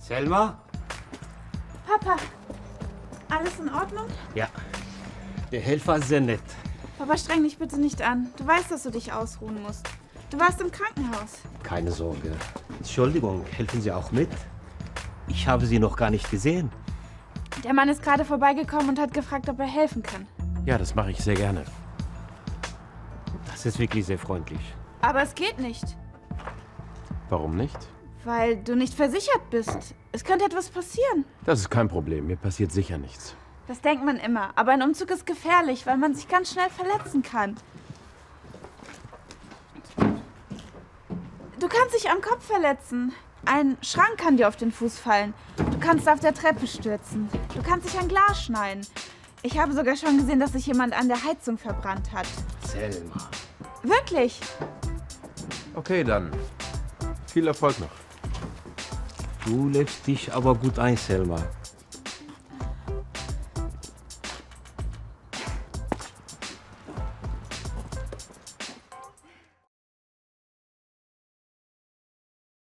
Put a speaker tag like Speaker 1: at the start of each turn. Speaker 1: Selma?
Speaker 2: Papa, alles in Ordnung?
Speaker 1: Ja. Der Helfer ist sehr nett.
Speaker 2: Papa, streng dich bitte nicht an. Du weißt, dass du dich ausruhen musst. Du warst im Krankenhaus.
Speaker 1: Keine Sorge. Entschuldigung, helfen Sie auch mit? Ich habe Sie noch gar nicht gesehen.
Speaker 2: Der Mann ist gerade vorbeigekommen und hat gefragt, ob er helfen kann.
Speaker 3: Ja, das mache ich sehr gerne.
Speaker 1: Das ist wirklich sehr freundlich.
Speaker 2: Aber es geht nicht,
Speaker 3: Warum nicht?
Speaker 2: weil du nicht versichert bist. Es könnte etwas passieren.
Speaker 3: Das ist kein Problem. Mir passiert sicher nichts.
Speaker 2: Das denkt man immer. Aber ein Umzug ist gefährlich, weil man sich ganz schnell verletzen kann. Du kannst dich am Kopf verletzen. Ein Schrank kann dir auf den Fuß fallen. Du kannst auf der Treppe stürzen. Du kannst dich an Glas schneiden. Ich habe sogar schon gesehen, dass sich jemand an der Heizung verbrannt hat.
Speaker 1: Selma.
Speaker 2: Wirklich?
Speaker 3: Okay, dann. Viel Erfolg noch.
Speaker 1: Du lebst dich aber gut ein, Selma.